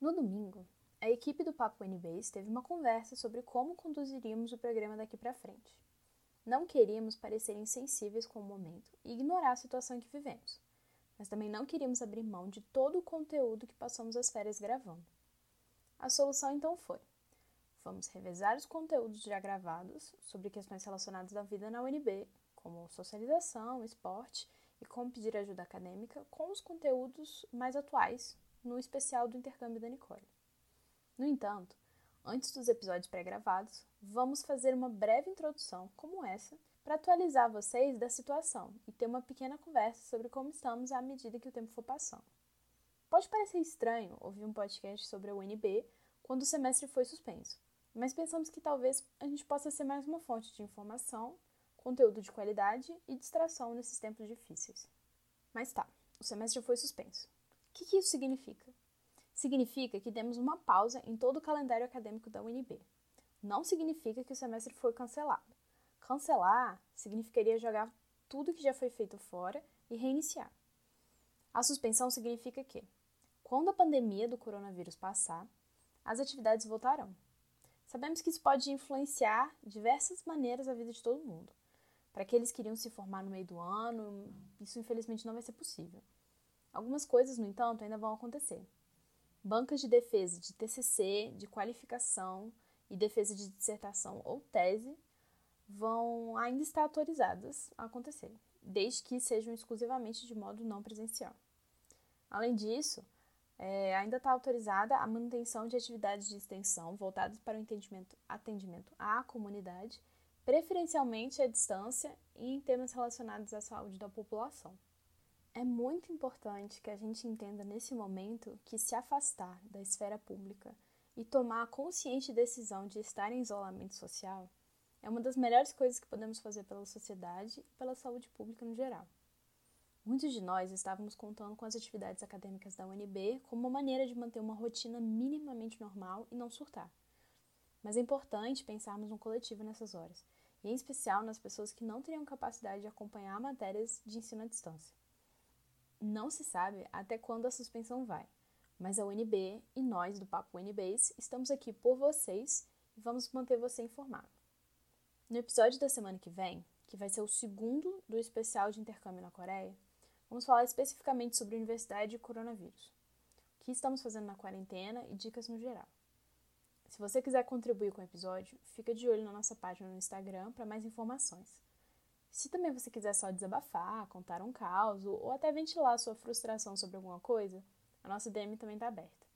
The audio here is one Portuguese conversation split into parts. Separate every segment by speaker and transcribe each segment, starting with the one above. Speaker 1: No domingo, a equipe do Papo NBAs teve uma conversa sobre como conduziríamos o programa daqui para frente. Não queríamos parecer insensíveis com o momento e ignorar a situação que vivemos, mas também não queríamos abrir mão de todo o conteúdo que passamos as férias gravando. A solução então foi: vamos revezar os conteúdos já gravados sobre questões relacionadas à vida na UNB, como socialização, esporte e como pedir ajuda acadêmica, com os conteúdos mais atuais no especial do intercâmbio da Nicole. No entanto, antes dos episódios pré-gravados, vamos fazer uma breve introdução como essa para atualizar vocês da situação e ter uma pequena conversa sobre como estamos à medida que o tempo for passando. Pode parecer estranho ouvir um podcast sobre a UNB quando o semestre foi suspenso, mas pensamos que talvez a gente possa ser mais uma fonte de informação, conteúdo de qualidade e distração nesses tempos difíceis. Mas tá, o semestre foi suspenso. O que, que isso significa? Significa que demos uma pausa em todo o calendário acadêmico da UNB. Não significa que o semestre foi cancelado. Cancelar significaria jogar tudo que já foi feito fora e reiniciar. A suspensão significa que, quando a pandemia do coronavírus passar, as atividades voltarão. Sabemos que isso pode influenciar diversas maneiras a vida de todo mundo. Para aqueles que iriam se formar no meio do ano, isso infelizmente não vai ser possível. Algumas coisas, no entanto, ainda vão acontecer. Bancas de defesa de TCC, de qualificação e defesa de dissertação ou tese vão ainda estar autorizadas a acontecer, desde que sejam exclusivamente de modo não presencial. Além disso, é, ainda está autorizada a manutenção de atividades de extensão voltadas para o atendimento à comunidade, preferencialmente à distância e em temas relacionados à saúde da população. É muito importante que a gente entenda nesse momento que se afastar da esfera pública e tomar a consciente decisão de estar em isolamento social é uma das melhores coisas que podemos fazer pela sociedade e pela saúde pública no geral. Muitos de nós estávamos contando com as atividades acadêmicas da UNB como uma maneira de manter uma rotina minimamente normal e não surtar. Mas é importante pensarmos no coletivo nessas horas, e em especial nas pessoas que não teriam capacidade de acompanhar matérias de ensino à distância. Não se sabe até quando a suspensão vai, mas a UNB e nós do Papo UNBase estamos aqui por vocês e vamos manter você informado. No episódio da semana que vem, que vai ser o segundo do especial de intercâmbio na Coreia, vamos falar especificamente sobre universidade e coronavírus, o que estamos fazendo na quarentena e dicas no geral. Se você quiser contribuir com o episódio, fica de olho na nossa página no Instagram para mais informações. Se também você quiser só desabafar, contar um caos ou até ventilar sua frustração sobre alguma coisa, a nossa DM também está aberta.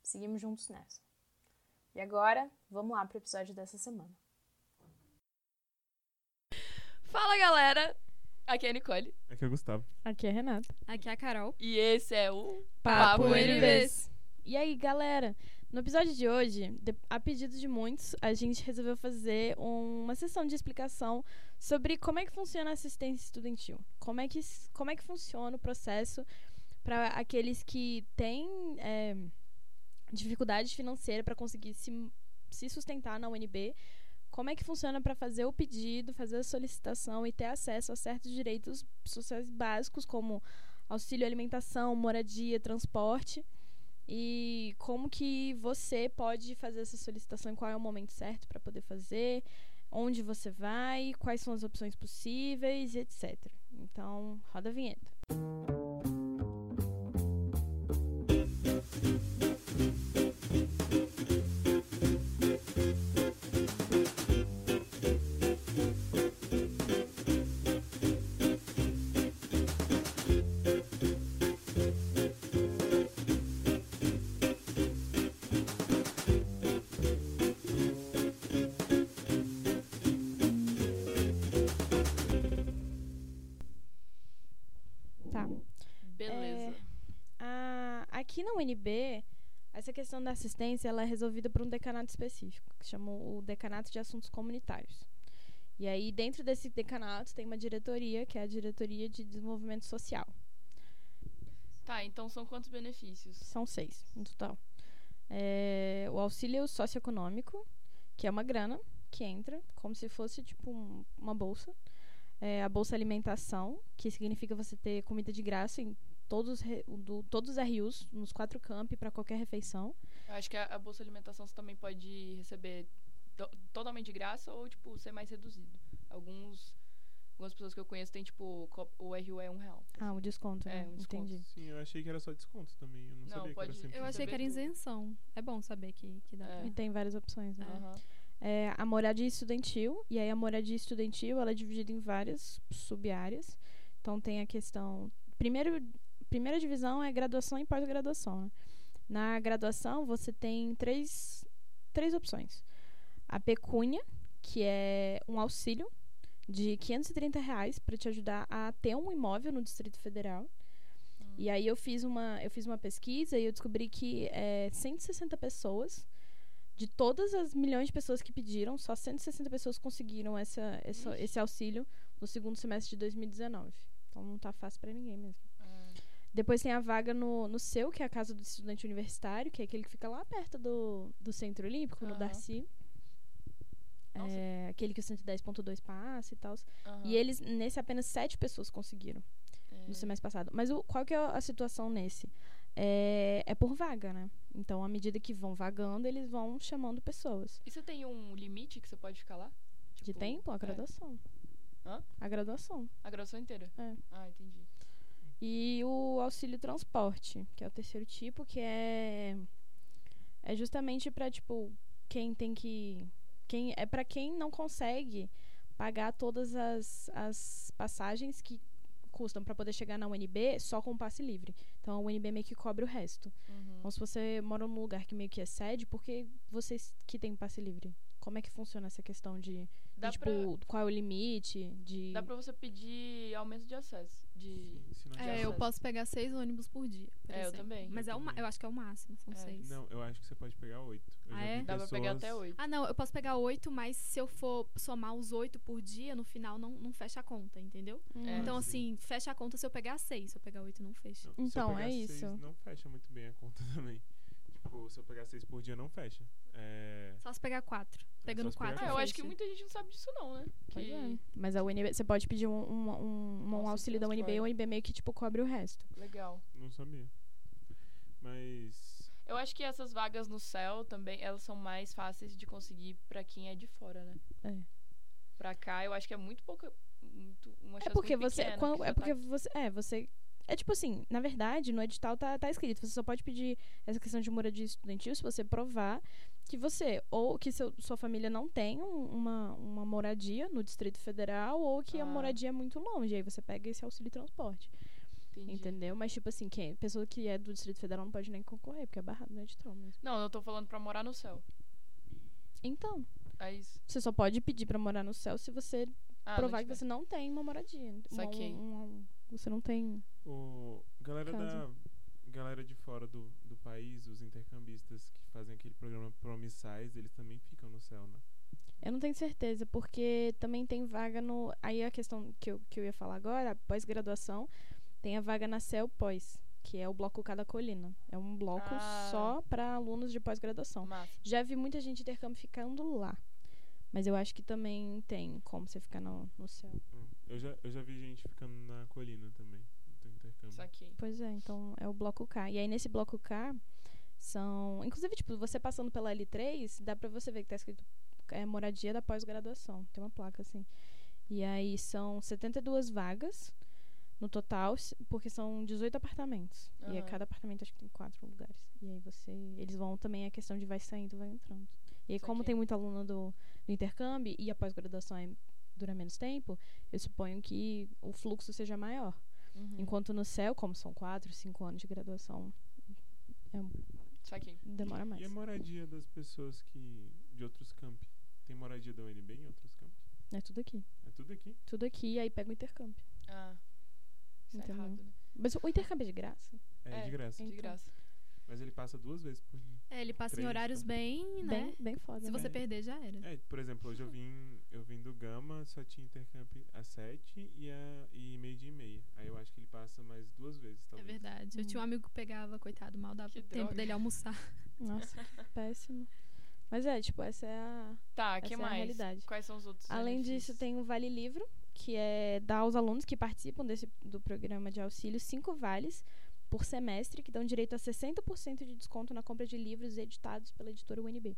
Speaker 1: Seguimos juntos nessa. E agora, vamos lá para o episódio dessa semana.
Speaker 2: Fala galera! Aqui é a Nicole
Speaker 3: Aqui é o Gustavo.
Speaker 4: Aqui é a Renata.
Speaker 5: Aqui é a Carol.
Speaker 2: e esse é o
Speaker 4: Papo
Speaker 2: NBs.
Speaker 4: E aí, galera? No episódio de hoje, de- a pedido de muitos, a gente resolveu fazer uma sessão de explicação sobre como é que funciona a assistência estudantil. Como é que, s- como é que funciona o processo para aqueles que têm é, dificuldade financeira para conseguir se, se sustentar na UNB. Como é que funciona para fazer o pedido, fazer a solicitação e ter acesso a certos direitos sociais básicos, como auxílio alimentação, moradia, transporte? E como que você pode fazer essa solicitação? Qual é o momento certo para poder fazer? Onde você vai? Quais são as opções possíveis e etc. Então, roda a vinheta. Tá.
Speaker 2: Beleza.
Speaker 5: É.
Speaker 4: Ah, aqui na UNB, essa questão da assistência ela é resolvida por um decanato específico, que chama o Decanato de Assuntos Comunitários. E aí, dentro desse decanato, tem uma diretoria, que é a Diretoria de Desenvolvimento Social.
Speaker 2: Tá, então são quantos benefícios?
Speaker 4: São seis no total. É, o auxílio socioeconômico, que é uma grana que entra, como se fosse tipo um- uma bolsa. É, a bolsa alimentação, que significa você ter comida de graça em todos, os re- do, todos os RUs nos quatro campi para qualquer refeição.
Speaker 2: Eu acho que a, a bolsa alimentação você também pode receber to- totalmente de graça ou, tipo, ser mais reduzido. Alguns, algumas pessoas que eu conheço têm, tipo, co- o RU é um real.
Speaker 4: Ah, um desconto,
Speaker 2: É,
Speaker 4: né?
Speaker 2: um desconto.
Speaker 4: Entendi.
Speaker 3: Sim, eu achei que era só desconto também. Eu não,
Speaker 2: Não, pode-
Speaker 3: sabia que era sempre.
Speaker 2: Tem
Speaker 5: Eu achei que
Speaker 2: saber
Speaker 5: era
Speaker 2: tudo.
Speaker 5: isenção. É bom saber que, que dá.
Speaker 2: É.
Speaker 4: E tem várias opções, né?
Speaker 2: Aham.
Speaker 4: é a moradia estudantil, e aí a moradia estudantil ela é dividida em várias sub-áreas. Então tem a questão. Primeiro, primeira divisão é graduação e pós-graduação. né? Na graduação, você tem três, três opções: a pecúnia, que é um auxílio de R$ 530 reais para te ajudar a ter um imóvel no Distrito Federal. E aí eu fiz uma, eu fiz uma pesquisa e eu descobri que é, 160 pessoas, de todas as milhões de pessoas que pediram, só 160 pessoas conseguiram essa, essa-
Speaker 2: Ixi.
Speaker 4: esse auxílio no segundo semestre de 2019. Então não tá fácil para ninguém mesmo.
Speaker 2: Hum.
Speaker 4: Depois tem a vaga no, no seu, que é a casa do estudante universitário, que é aquele que fica lá perto do, do Centro Olímpico, no
Speaker 2: Aham.
Speaker 4: Darcy.
Speaker 2: Nossa.
Speaker 4: É, aquele que o 110.2 passa e tal.
Speaker 2: Aham.
Speaker 5: é
Speaker 4: E eles, nesse, apenas sete pessoas conseguiram
Speaker 2: É.
Speaker 4: no semestre passado. Mas o, qual que é a situação nesse? É, é por vaga, né? Então, à medida que vão vagando, eles vão chamando pessoas.
Speaker 2: E você tem um limite que você pode ficar lá?
Speaker 4: De
Speaker 2: Tipo,
Speaker 4: tempo, a
Speaker 2: é.
Speaker 4: graduação.
Speaker 2: Hã?
Speaker 4: A graduação.
Speaker 2: A graduação inteira?
Speaker 4: É.
Speaker 2: Ah, entendi.
Speaker 4: E o auxílio transporte, que é o terceiro tipo, que é é justamente pra, tipo quem tem que quem é pra quem não consegue pagar todas as, as passagens que custam pra poder chegar na UNB só com passe livre. Então a UNB meio que cobre o resto.
Speaker 2: Uhum.
Speaker 4: Então se você mora num lugar que meio que é sede, por que vocês que têm passe livre? Como é que funciona essa questão de, de,
Speaker 2: Dá, pra,
Speaker 4: tipo qual é o limite de
Speaker 2: dá pra você pedir aumento de acesso. De...
Speaker 3: Sim, assim, se não
Speaker 5: É,
Speaker 3: tiver-
Speaker 5: eu posso pegar seis ônibus por dia. por
Speaker 2: É, eu
Speaker 5: exemplo.
Speaker 2: também.
Speaker 5: Mas
Speaker 3: Eu
Speaker 5: é o ma-
Speaker 3: também.
Speaker 5: eu acho que é o máximo, são
Speaker 2: É.
Speaker 5: seis.
Speaker 3: Não, eu acho que você pode pegar oito. Eu
Speaker 5: Ah,
Speaker 3: já
Speaker 5: é?
Speaker 3: vi
Speaker 2: Dá pra pegar
Speaker 3: pessoas-
Speaker 2: até oito.
Speaker 5: Ah, não, eu posso pegar oito, mas se eu for somar os oito por dia, no final não, não fecha a conta, entendeu?
Speaker 2: É.
Speaker 5: Então,
Speaker 3: Ah,
Speaker 5: assim,
Speaker 3: sim.
Speaker 5: fecha a conta se eu pegar seis. Se eu pegar oito, não fecha.
Speaker 3: Não, se eu
Speaker 4: Então,
Speaker 3: pegar
Speaker 4: é
Speaker 3: seis,
Speaker 4: isso.
Speaker 3: Não fecha muito bem a conta também. Tipo, se eu pegar seis por dia, não fecha. É.
Speaker 5: Só se pegar quatro. Pegando
Speaker 3: se pegar
Speaker 5: quatro.
Speaker 2: Ah, eu acho que
Speaker 5: fecha.
Speaker 2: muita gente não sabe disso não, né?
Speaker 4: Pois
Speaker 2: Que-
Speaker 4: é. Mas a UNB, você pode pedir um, um, um- um
Speaker 2: Nossa,
Speaker 4: auxílio da UNB e a
Speaker 2: transporte.
Speaker 4: UNB meio que tipo cobre o resto.
Speaker 2: Legal.
Speaker 3: Não sabia. Mas.
Speaker 2: Eu acho que essas vagas no céu também, elas são mais fáceis de conseguir pra quem é de fora, né?
Speaker 4: É.
Speaker 2: Pra cá, eu acho que é muito pouca... Muito, uma
Speaker 4: É
Speaker 2: chance
Speaker 4: porque
Speaker 2: muito
Speaker 4: você
Speaker 2: pequena,
Speaker 4: quando-
Speaker 2: porque só
Speaker 4: é porque
Speaker 2: tá-
Speaker 4: você é, você é tipo assim, na verdade, no edital tá, tá escrito, você só pode pedir essa questão de moradia estudantil se você provar que você ou que seu- sua família não tem um- uma, uma moradia no Distrito Federal ou que
Speaker 2: Ah.
Speaker 4: a moradia é muito longe, aí você pega esse auxílio transporte,
Speaker 2: Entendi.
Speaker 4: entendeu? Mas tipo assim, quem pessoa que é do Distrito Federal não pode nem concorrer, porque é barrado no edital mesmo.
Speaker 2: Não, eu tô falando pra morar no céu.
Speaker 4: Então,
Speaker 2: É isso.
Speaker 4: você só pode pedir pra morar no céu se você
Speaker 2: Ah, não
Speaker 4: provar que
Speaker 2: tiver.
Speaker 4: você não tem uma moradia. uma-
Speaker 2: Saquei.
Speaker 4: um- um- você não tem.
Speaker 3: O galera
Speaker 4: Caso.
Speaker 3: da galera de fora do, do país, os intercambistas que fazem aquele programa Promissais, eles também ficam no céu, né?
Speaker 4: Eu não tenho certeza, porque também tem vaga no. Aí a questão que eu, que eu ia falar agora, a pós-graduação, tem a vaga na CEL Pós, que é o bloco Cada Colina. É um bloco
Speaker 2: Ah.
Speaker 4: só para alunos de pós-graduação.
Speaker 2: Massa.
Speaker 4: Já vi muita gente de intercâmbio ficando lá. Mas eu acho que também tem como você ficar no, no céu.
Speaker 3: Hum. Eu já, eu já vi gente ficando na colina também, do intercâmbio.
Speaker 2: Saquei.
Speaker 4: Pois é, então é o bloco K. E aí nesse bloco K são. Inclusive, tipo, você passando pela L3, dá pra você ver que tá escrito é, moradia da pós-graduação. Tem uma placa assim. E aí são 72 vagas no total, s- porque são 18 apartamentos. E aí
Speaker 2: Aham.
Speaker 4: cada apartamento acho que tem quatro lugares. E aí você. Eles vão também, a questão de vai saindo, vai entrando. E aí, como
Speaker 2: Saquei.
Speaker 4: tem muita aluna do, do intercâmbio e a pós-graduação é- dura menos tempo, eu suponho que o fluxo seja maior.
Speaker 2: Uhum.
Speaker 4: Enquanto no céu, como são quatro, cinco anos de graduação, é um,
Speaker 2: Saquei.
Speaker 4: demora mais.
Speaker 3: E a moradia das pessoas que. de outros campi? Tem moradia da UNB em outros campos?
Speaker 4: É tudo aqui.
Speaker 3: É tudo aqui?
Speaker 4: Tudo aqui e aí pega o intercâmbio.
Speaker 2: Ah. Isso é
Speaker 4: Entendeu?
Speaker 2: errado, né?
Speaker 4: Mas o intercâmbio é de graça?
Speaker 3: É, de
Speaker 2: É.
Speaker 3: graça.
Speaker 2: De
Speaker 4: Então.
Speaker 2: graça.
Speaker 3: Mas ele passa duas vezes por dia.
Speaker 5: É, ele passa em
Speaker 3: Três,
Speaker 5: horários
Speaker 3: tá?
Speaker 5: bem, né?
Speaker 4: Bem, bem foda.
Speaker 5: Se
Speaker 4: né?
Speaker 5: você
Speaker 3: É.
Speaker 5: perder, já era.
Speaker 3: É, por exemplo, hoje eu vim, eu vim do Gama, só tinha intercamp às sete e, a, e meio dia e meia. Aí eu acho que ele passa mais duas vezes,
Speaker 5: É
Speaker 3: talvez.
Speaker 5: verdade. Eu tinha um amigo que pegava, coitado, mal dava
Speaker 2: Que
Speaker 5: tempo
Speaker 2: droga.
Speaker 5: dele almoçar.
Speaker 4: Nossa, que péssimo. Mas é, tipo, essa é a.
Speaker 2: Tá,
Speaker 4: Essa
Speaker 2: que
Speaker 4: é a
Speaker 2: mais?
Speaker 4: realidade.
Speaker 2: Quais são os outros
Speaker 4: Além
Speaker 2: benefícios?
Speaker 4: disso, tem o Vale Livro, que é dar aos alunos que participam desse, do programa de auxílio cinco vales por semestre, que dão direito a 60% de desconto na compra de livros editados pela editora UNB.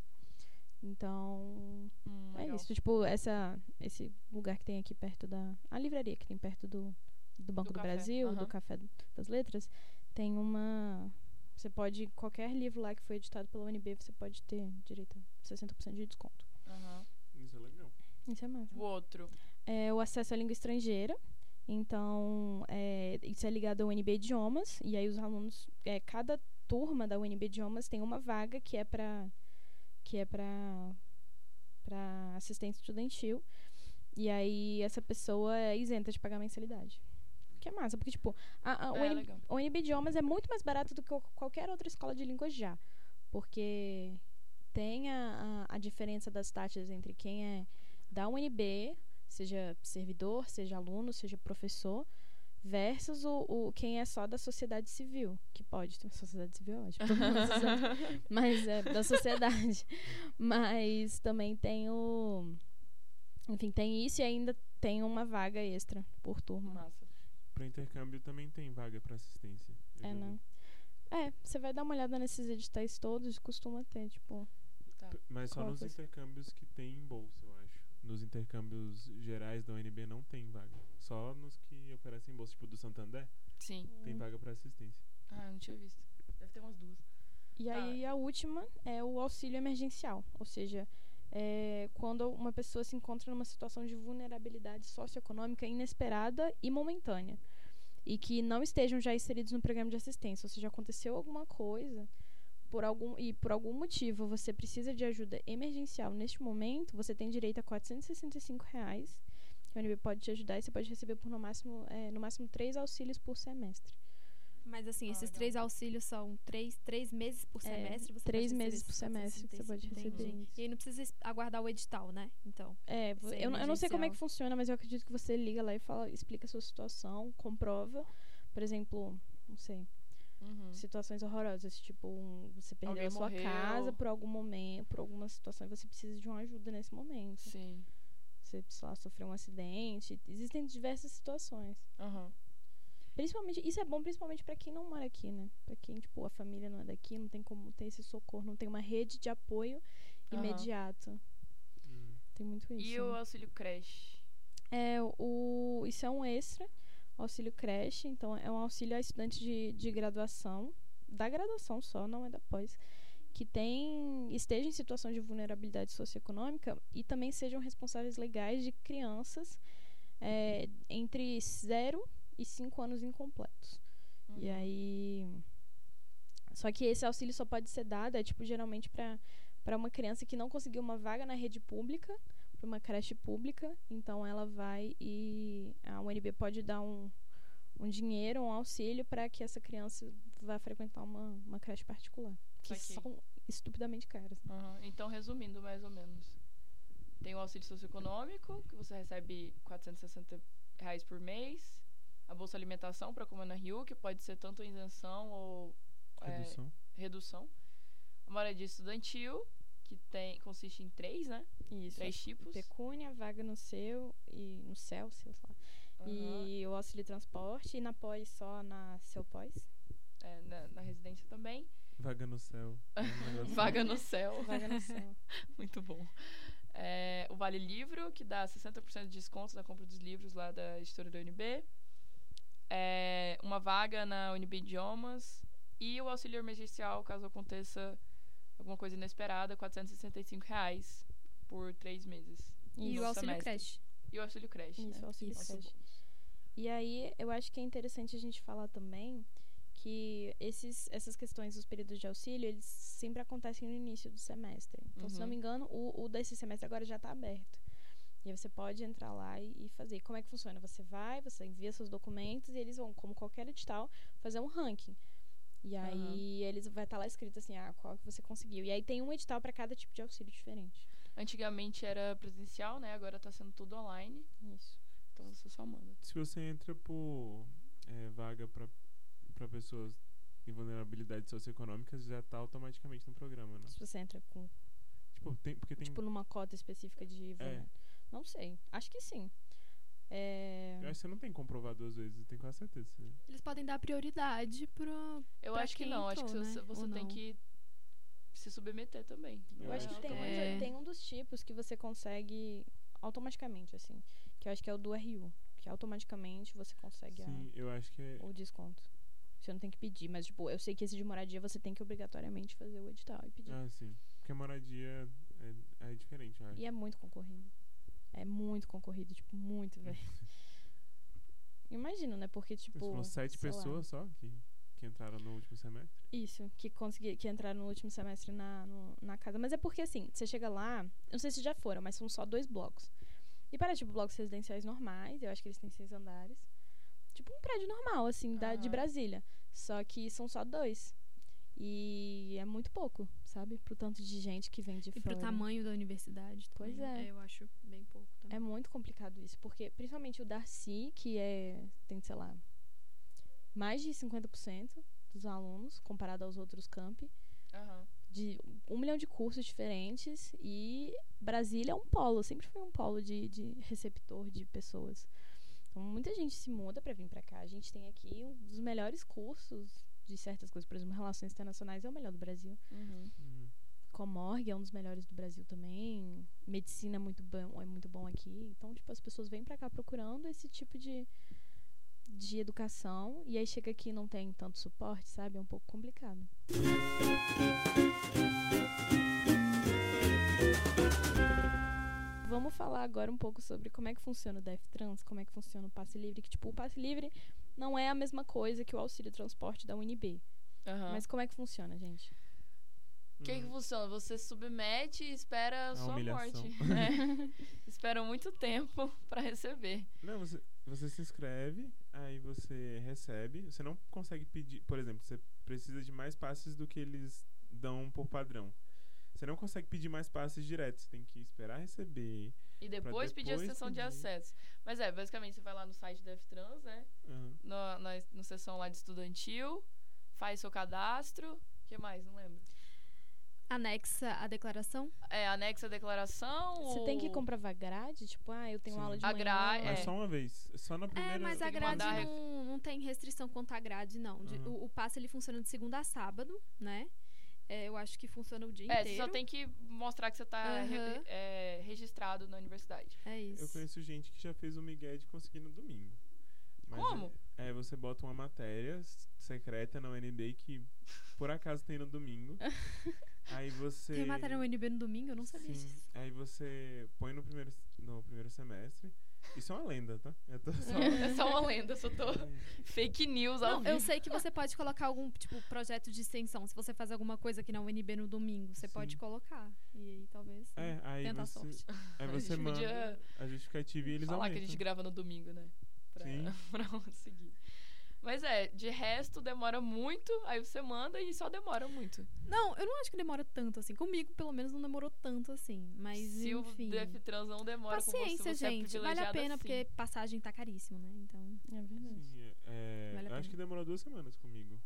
Speaker 4: Então,
Speaker 2: Hum,
Speaker 4: é
Speaker 2: legal.
Speaker 4: isso. Tipo, essa, esse lugar que tem aqui perto da. A livraria que tem perto do, do Banco
Speaker 2: Do
Speaker 4: do,
Speaker 2: café,
Speaker 4: Brasil,
Speaker 2: aham.
Speaker 4: do Café das Letras, tem uma. Você pode. Qualquer livro lá que foi editado pela UNB, você pode ter direito a 60% de desconto.
Speaker 2: Aham.
Speaker 3: Isso é legal.
Speaker 4: Isso é massa.
Speaker 2: O outro.
Speaker 4: É o acesso à língua estrangeira. Então, é, isso é ligado ao UNB Idiomas. E aí, os alunos. é, cada turma da UNB Idiomas tem uma vaga que é para que é para para assistente estudantil. E aí essa pessoa é isenta de pagar mensalidade. Que é massa, porque tipo, a, a
Speaker 2: É,
Speaker 4: UNB,
Speaker 2: legal.
Speaker 4: a UNB Idiomas é muito mais barato do que qual- qualquer outra escola de língua já, porque tem a, a, a diferença das taxas entre quem é da UNB, seja servidor, seja aluno, seja professor, versus o, o quem é só da sociedade civil, que pode, sociedade civil é ótimo, todo mundo sabe mas é da sociedade. Mas também tem o. Enfim, tem isso e ainda tem uma vaga extra por turma.
Speaker 2: Massa.
Speaker 3: Pro intercâmbio também tem vaga pra assistência. Eu
Speaker 4: É,
Speaker 3: já vi.
Speaker 4: né? É, você vai dar uma olhada nesses editais todos, costuma ter, tipo.
Speaker 2: Tá.
Speaker 3: P- Mas só
Speaker 4: Qual
Speaker 3: nos
Speaker 4: coisa?
Speaker 3: intercâmbios que tem em bolsa, eu acho. Nos intercâmbios gerais da UNB não tem vaga. Só nos que oferecem bolsa, tipo do Santander,
Speaker 2: Sim.
Speaker 3: tem vaga pra assistência.
Speaker 2: Ah, não tinha visto. Deve ter umas duas.
Speaker 4: E
Speaker 2: Tá.
Speaker 4: aí a última é o auxílio emergencial, ou seja, é quando uma pessoa se encontra numa situação de vulnerabilidade socioeconômica inesperada e momentânea e que não estejam já inseridos no programa de assistência, ou seja, aconteceu alguma coisa por algum e por algum motivo você precisa de ajuda emergencial neste momento, você tem direito a R$ 465 reais. que A UNB pode te ajudar e você pode receber por no máximo, é, no máximo três auxílios por semestre.
Speaker 5: Mas assim,
Speaker 2: Ah,
Speaker 5: esses
Speaker 2: legal.
Speaker 5: três auxílios são três, três meses por
Speaker 4: É,
Speaker 5: semestre? você
Speaker 4: três
Speaker 5: pode receber
Speaker 4: meses
Speaker 5: esses
Speaker 4: por semestre que você pode
Speaker 5: 465.
Speaker 4: receber.
Speaker 5: Entendi. E aí não precisa es- aguardar o edital, né? Então.
Speaker 4: É, vo-
Speaker 5: Isso é
Speaker 4: eu, não- eu não sei como é que
Speaker 5: emergencial.
Speaker 4: funciona, mas eu acredito que você liga lá e fala, explica a sua situação, comprova. Por exemplo, não sei,
Speaker 2: Uhum.
Speaker 4: situações horrorosas, tipo, um- você perdeu
Speaker 2: Alguém
Speaker 4: a sua casa
Speaker 2: morreu.
Speaker 4: por algum momento, por alguma situação, e você precisa de uma ajuda nesse momento.
Speaker 2: Sim.
Speaker 4: Você, sei lá, sofreu um acidente. Existem diversas situações.
Speaker 2: Aham.
Speaker 4: Principalmente, isso é bom principalmente pra quem não mora aqui, né? Pra quem, tipo, a família não é daqui, não tem como ter esse socorro, não tem uma rede de apoio
Speaker 2: Aham.
Speaker 4: imediata.
Speaker 3: Hum.
Speaker 4: Tem muito isso.
Speaker 2: E
Speaker 4: né?
Speaker 2: o auxílio creche?
Speaker 4: É, o, isso é um extra, auxílio creche, então é um auxílio a estudante de, de graduação, da graduação só, não é da pós, que tem, esteja em situação de vulnerabilidade socioeconômica e também sejam responsáveis legais de crianças é, entre 0 e 5 anos incompletos. E aí. Só que esse auxílio só pode ser dado, é tipo, geralmente pra para uma criança que não conseguiu uma vaga na rede pública, pra uma creche pública. Então ela vai e a UNB pode dar um, um dinheiro, um auxílio pra que essa criança vá frequentar uma, uma creche particular. Que
Speaker 2: Saquei.
Speaker 4: são estupidamente caras.
Speaker 2: Aham, Então, resumindo mais ou menos. Tem o auxílio socioeconômico, que você recebe 460 reais por mês. A Bolsa Alimentação para Comuna Rio, que pode ser tanto isenção ou é,
Speaker 3: Redução.
Speaker 2: redução. A moradia estudantil, que tem, consiste em três, né?
Speaker 4: Isso. é tipo
Speaker 2: Três tipos.
Speaker 4: Pecúnia, vaga no seu e no céu, sei lá.
Speaker 2: Aham.
Speaker 4: E o auxílio transporte e na pós só na seu pós.
Speaker 2: É, na, na residência também.
Speaker 3: Vaga no céu. É um negócio-
Speaker 2: Vaga no céu.
Speaker 4: Vaga no céu.
Speaker 2: Muito bom. É, o Vale Livro, que dá 60% de desconto na compra dos livros lá da editora da UNB. É, uma vaga na UNB Idiomas. E o auxílio emergencial, caso aconteça alguma coisa inesperada, R$ 465 reais por três meses.
Speaker 5: E
Speaker 2: No
Speaker 5: o auxílio
Speaker 2: semestre.
Speaker 5: creche.
Speaker 2: E o auxílio creche,
Speaker 4: Isso,
Speaker 2: né?
Speaker 4: auxílio
Speaker 2: Nossa,
Speaker 4: creche.
Speaker 2: bom.
Speaker 4: E aí, eu acho que é interessante a gente falar também que esses, essas questões dos períodos de auxílio, eles sempre acontecem no início do semestre. Então, se não
Speaker 2: Uhum.
Speaker 4: me engano, o, o desse semestre agora já está aberto. E aí você pode entrar lá e, e fazer. E Como é que funciona? Você vai, você envia seus documentos e eles vão, como qualquer edital, fazer um ranking. E
Speaker 2: Aham.
Speaker 4: aí eles vai estar lá escrito assim, ah, qual que você conseguiu. E aí tem um edital para cada tipo de auxílio diferente.
Speaker 2: Antigamente era presencial, né? Agora tá sendo tudo online.
Speaker 4: Isso.
Speaker 2: Então você só manda.
Speaker 3: Se você entra por é, vaga pra, pra pessoas em vulnerabilidade socioeconômica, já tá automaticamente no programa, né?
Speaker 4: Se você entra com
Speaker 3: Tipo, tem, porque tem
Speaker 4: Tipo, numa cota específica de
Speaker 3: É.
Speaker 4: vulner- Não sei. Acho que sim. É,
Speaker 3: Eu acho que você não tem que comprovar duas vezes, eu tenho quase certeza.
Speaker 5: Eles podem dar prioridade pro.
Speaker 2: Eu
Speaker 5: Pra
Speaker 2: acho que
Speaker 5: quem
Speaker 2: não, acho que
Speaker 5: entrou,
Speaker 2: você,
Speaker 5: né?
Speaker 2: você
Speaker 5: Ou
Speaker 2: tem
Speaker 5: não.
Speaker 2: que se submeter também.
Speaker 3: Eu
Speaker 4: Eu acho que tem, um-
Speaker 2: automático.
Speaker 5: É.
Speaker 4: tem um dos tipos que você consegue automaticamente, assim. Que eu acho que é o do RU. Que automaticamente você consegue a-
Speaker 3: Sim, eu acho que é.
Speaker 4: o desconto. Você não tem que pedir, mas, tipo, eu sei que esse de moradia você tem que obrigatoriamente fazer o edital e pedir.
Speaker 3: Ah, sim. Porque a moradia é, é diferente, eu acho.
Speaker 4: E é muito concorrido. É muito concorrido, tipo, muito, velho. Imagino, né? Porque, tipo.
Speaker 3: Mas foram sete
Speaker 4: sei lá.
Speaker 3: pessoas só que, que entraram no último semestre.
Speaker 4: Isso, que consegui, que entraram no último semestre na, no- na casa. Mas é porque assim, você chega lá, eu não sei se já foram, mas são só dois blocos. E para, tipo, blocos residenciais normais, eu acho que eles têm seis andares. Tipo um prédio normal, assim, da, de
Speaker 2: Aham.
Speaker 4: Brasília. Só que são só dois. E é muito pouco, sabe? Pro tanto de gente que vem de
Speaker 5: E
Speaker 4: fora.
Speaker 5: pro tamanho da universidade.
Speaker 4: Pois
Speaker 5: também.
Speaker 4: é.
Speaker 5: Eu acho bem pouco também.
Speaker 4: É muito complicado isso, porque principalmente o Darcy, que é, tem, sei lá, mais de 50% dos alunos, comparado aos outros campi.
Speaker 2: Aham.
Speaker 4: de um milhão de cursos diferentes e Brasília é um polo, sempre foi um polo de, de receptor de pessoas. Então, muita gente se muda para vir para cá. A gente tem aqui um dos melhores cursos de certas coisas, por exemplo, Relações Internacionais é o melhor do Brasil.
Speaker 3: Uhum.
Speaker 4: Comorg é um dos melhores do Brasil também. Medicina é muito bom, é muito bom aqui. Então, tipo, as pessoas vêm pra cá procurando esse tipo de, de educação e aí chega aqui e não tem tanto suporte, sabe? É um pouco complicado. Vamos falar agora um pouco sobre como é que funciona o DEF Trans, como é que funciona o passe livre, que tipo, o passe livre não é a mesma coisa que o auxílio transporte da UNB.
Speaker 2: Aham.
Speaker 4: Mas como é que funciona, gente?
Speaker 2: O que, que
Speaker 3: Uhum.
Speaker 2: funciona? Você se submete e espera a
Speaker 3: A
Speaker 2: sua
Speaker 3: humilhação.
Speaker 2: morte. É. espera muito tempo pra receber.
Speaker 3: Não, você, você se inscreve, aí você recebe. Você não consegue pedir. Por exemplo, você precisa de mais passes do que eles dão por padrão. Você não consegue pedir mais passes direto. Você tem que esperar receber.
Speaker 2: E depois, pedir a
Speaker 3: depois
Speaker 2: sessão de
Speaker 3: pedir.
Speaker 2: acesso. Mas é, basicamente você vai lá no site da FTrans, né?
Speaker 3: Aham.
Speaker 2: Na, na, na sessão lá de estudantil, faz seu cadastro. O que mais? Não lembro.
Speaker 5: Anexa a declaração?
Speaker 2: É, anexa a declaração.
Speaker 4: Você tem que
Speaker 2: ou-
Speaker 4: comprar grade? Tipo, ah, eu tenho
Speaker 3: Sim.
Speaker 4: aula de
Speaker 2: A
Speaker 4: manhã.
Speaker 2: gra-
Speaker 3: Mas
Speaker 2: é.
Speaker 3: só uma vez. Só na primeira.
Speaker 5: É, mas a
Speaker 2: Tem que
Speaker 5: grade
Speaker 2: mandar-
Speaker 5: não, não tem restrição quanto à grade, não. De-
Speaker 3: Aham.
Speaker 5: o, o passe ele funciona de segunda a sábado, né? É, eu acho que funciona o dia
Speaker 2: É, você
Speaker 5: inteiro.
Speaker 2: só tem que mostrar que você tá re-
Speaker 5: Aham.
Speaker 2: é, registrado na universidade.
Speaker 5: É
Speaker 3: Eu
Speaker 5: isso.
Speaker 3: conheço gente que já fez o Miguel de conseguir no domingo. Mas
Speaker 2: Como?
Speaker 3: É, é, você bota uma matéria s- secreta na UNB que por acaso tem no domingo. aí você.
Speaker 5: Tem matéria no UNB no domingo? Eu não sabia
Speaker 3: Sim.
Speaker 5: disso.
Speaker 3: Aí você põe no primeiro, no primeiro semestre. Isso é uma lenda, tá? Eu tô só.
Speaker 2: É só uma lenda, eu só tô fake news ao
Speaker 5: Não, eu
Speaker 2: vivo.
Speaker 5: sei que você pode colocar algum, tipo, projeto de extensão. Se você faz alguma coisa aqui na UNB no domingo, você
Speaker 3: Sim.
Speaker 5: pode colocar. E aí, talvez...
Speaker 3: É, aí
Speaker 5: Tenta a
Speaker 3: você,
Speaker 5: sorte.
Speaker 3: aí você
Speaker 2: a gente
Speaker 3: manda
Speaker 2: podia
Speaker 3: a justificativa e eles
Speaker 2: falar que
Speaker 3: aumentam.
Speaker 2: a gente grava no domingo, né? Pra,
Speaker 3: Sim.
Speaker 2: pra um seguir. Mas é, de resto demora muito, aí você manda e só demora muito.
Speaker 5: Não, eu não acho que demora tanto assim. Comigo, pelo menos, não demorou tanto assim. Mas,
Speaker 2: Se
Speaker 5: enfim...
Speaker 2: o DF Trans não demora com
Speaker 5: Paciência,
Speaker 2: você, você é
Speaker 5: gente. vale a
Speaker 2: privilegiada
Speaker 5: pena,
Speaker 2: sim.
Speaker 5: porque passagem tá caríssimo, né? Então...
Speaker 4: É verdade.
Speaker 3: Sim, é, é,
Speaker 5: Vale a
Speaker 3: eu acho
Speaker 5: pena.
Speaker 3: que demorou duas semanas comigo.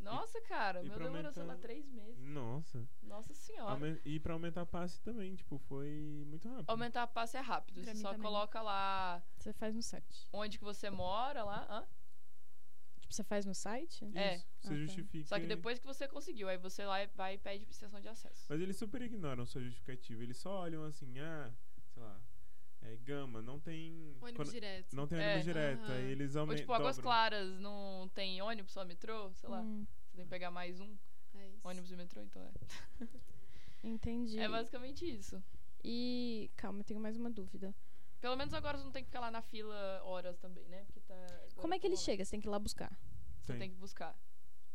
Speaker 2: Nossa, cara,
Speaker 3: e
Speaker 2: meu
Speaker 3: pra
Speaker 2: demorou, sei lá,
Speaker 3: aumentar-
Speaker 2: três meses.
Speaker 3: Nossa.
Speaker 2: Nossa senhora.
Speaker 3: Aumen- e pra aumentar passe também, tipo, foi muito rápido.
Speaker 2: Aumentar a passe é rápido.
Speaker 5: Pra
Speaker 2: Você
Speaker 5: mim
Speaker 2: só
Speaker 5: também.
Speaker 2: coloca lá
Speaker 4: Você faz no site.
Speaker 2: onde que você mora, lá. hã?
Speaker 4: Tipo, você faz no site?
Speaker 3: Isso,
Speaker 2: É.
Speaker 3: você
Speaker 4: Ah, tá.
Speaker 3: justifica.
Speaker 2: Só que depois que você conseguiu, aí você lá vai e pede extensão de acesso.
Speaker 3: Mas eles super ignoram sua justificativa. Eles só olham assim, ah, sei lá, é gama, não tem. quando-
Speaker 5: direto.
Speaker 3: não tem
Speaker 2: É,
Speaker 3: ônibus direto.
Speaker 5: aham.
Speaker 3: Aí eles
Speaker 2: Ou
Speaker 3: aumentam.
Speaker 2: tipo, Águas Claras não tem ônibus, só metrô, sei lá.
Speaker 4: Hum,
Speaker 2: Você tem que pegar mais um ônibus e metrô, então é.
Speaker 4: entendi.
Speaker 2: É basicamente isso.
Speaker 4: E calma, eu tenho mais uma dúvida.
Speaker 2: Pelo menos agora você não tem que ficar lá na fila horas também, né? Porque tá. agora
Speaker 4: Como é que
Speaker 2: tá
Speaker 4: ele
Speaker 2: rolando.
Speaker 4: chega? Você tem que ir lá buscar.
Speaker 2: Você tem.
Speaker 3: Tem.
Speaker 2: que buscar.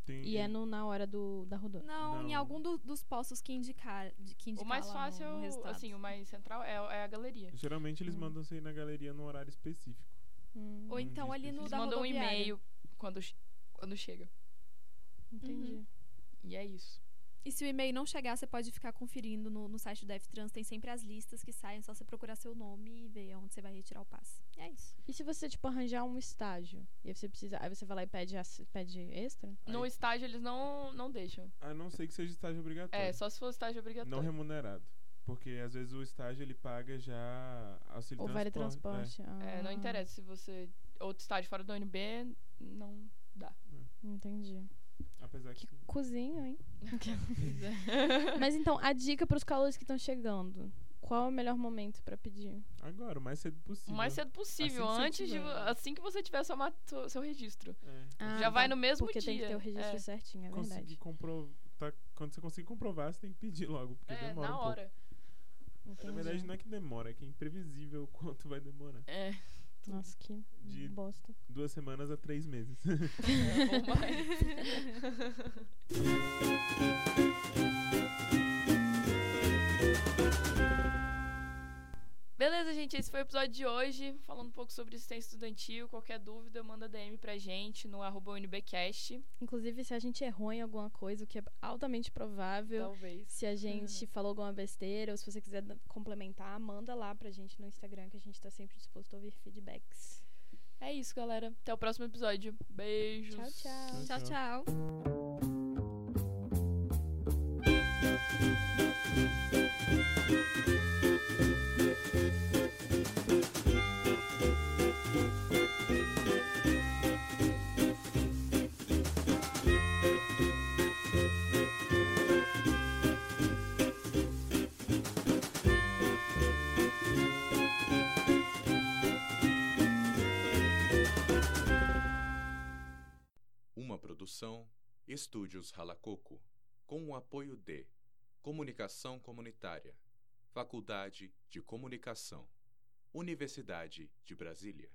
Speaker 4: E é no- na hora do, da rodovia.
Speaker 5: Não, em
Speaker 3: Não.
Speaker 5: algum do- dos postos que indicar, de-
Speaker 2: O
Speaker 5: que indicar
Speaker 2: mais
Speaker 5: lá
Speaker 2: fácil,
Speaker 5: no, no
Speaker 2: é o-
Speaker 5: resultado.
Speaker 2: assim, o mais central é, é a galeria.
Speaker 3: Geralmente eles
Speaker 4: Hum.
Speaker 3: mandam você ir na galeria num horário específico.
Speaker 2: Uhum.
Speaker 4: Hum,
Speaker 5: Ou
Speaker 3: Não
Speaker 5: então
Speaker 3: diz
Speaker 5: ali no
Speaker 2: Eles
Speaker 5: da
Speaker 2: mandam um
Speaker 5: rodoviária.
Speaker 2: e-mail quando, che- quando chega.
Speaker 4: entendi.
Speaker 2: E é isso.
Speaker 5: E se o e-mail não chegar, você pode ficar conferindo no, no site do DevTrans. Tem sempre as listas que saem, é só você procurar seu nome e ver onde você vai retirar o passe. E é isso.
Speaker 4: E se você, tipo, arranjar um estágio? E aí você precisa. Aí você vai lá e pede, ass- pede extra?
Speaker 2: No estágio eles não, não deixam.
Speaker 3: A não ser que seja estágio obrigatório.
Speaker 2: É, só se for estágio
Speaker 3: Tá. Não
Speaker 2: obrigatório.
Speaker 3: remunerado. Porque às vezes o estágio ele paga já auxílio
Speaker 4: Ou vale
Speaker 3: transporte.
Speaker 4: transporte.
Speaker 2: É, não
Speaker 4: Ah,
Speaker 2: interessa se você. Outro estádio fora da UNB, não dá.
Speaker 4: Entendi.
Speaker 3: É, apesar que.
Speaker 4: Que cozinho, hein?
Speaker 2: Pois é.
Speaker 4: Mas então, a dica pros calouros que estão chegando. Qual é o melhor momento pra pedir?
Speaker 3: Agora, o mais cedo
Speaker 2: O
Speaker 3: possível.
Speaker 2: mais cedo possível,
Speaker 3: Assim que você
Speaker 2: antes de.
Speaker 3: tiver.
Speaker 2: Assim que você tiver seu, mat- seu- seu registro.
Speaker 3: É.
Speaker 4: Ah,
Speaker 2: Já
Speaker 4: tá.
Speaker 2: vai no mesmo
Speaker 4: Porque
Speaker 2: dia.
Speaker 4: tem que ter o registro
Speaker 2: É.
Speaker 4: certinho, é
Speaker 3: Conseguir
Speaker 4: verdade.
Speaker 3: compro... tá- Quando você conseguir comprovar, você tem que pedir logo. Porque
Speaker 2: É,
Speaker 3: demora. um
Speaker 2: na
Speaker 3: pouco.
Speaker 2: hora.
Speaker 3: Na
Speaker 4: Entendi.
Speaker 3: verdade, não é que demora, é que é imprevisível o quanto vai demorar.
Speaker 2: É.
Speaker 4: Nossa, que
Speaker 3: De-
Speaker 2: Hum.
Speaker 4: bosta.
Speaker 3: Duas semanas a três meses.
Speaker 2: É, ou mais. Beleza, gente, esse foi o episódio de hoje, falando um pouco sobre assistência estudantil. Qualquer dúvida, manda DM pra gente no arroba UNBcast.
Speaker 4: Inclusive, se a gente errou em alguma coisa, o que é altamente provável,
Speaker 2: Talvez.
Speaker 4: se a gente falou alguma besteira, ou se você quiser da- complementar, manda lá pra gente no Instagram, que a gente tá sempre disposto a ouvir feedbacks.
Speaker 2: É isso, galera. Até o próximo episódio. Beijos.
Speaker 4: Tchau, Ah, tchau.
Speaker 5: Tchau, tchau.
Speaker 6: Uma produção Estúdios Ralacoco, com o apoio de Comunicação Comunitária, Faculdade de Comunicação, Universidade de Brasília.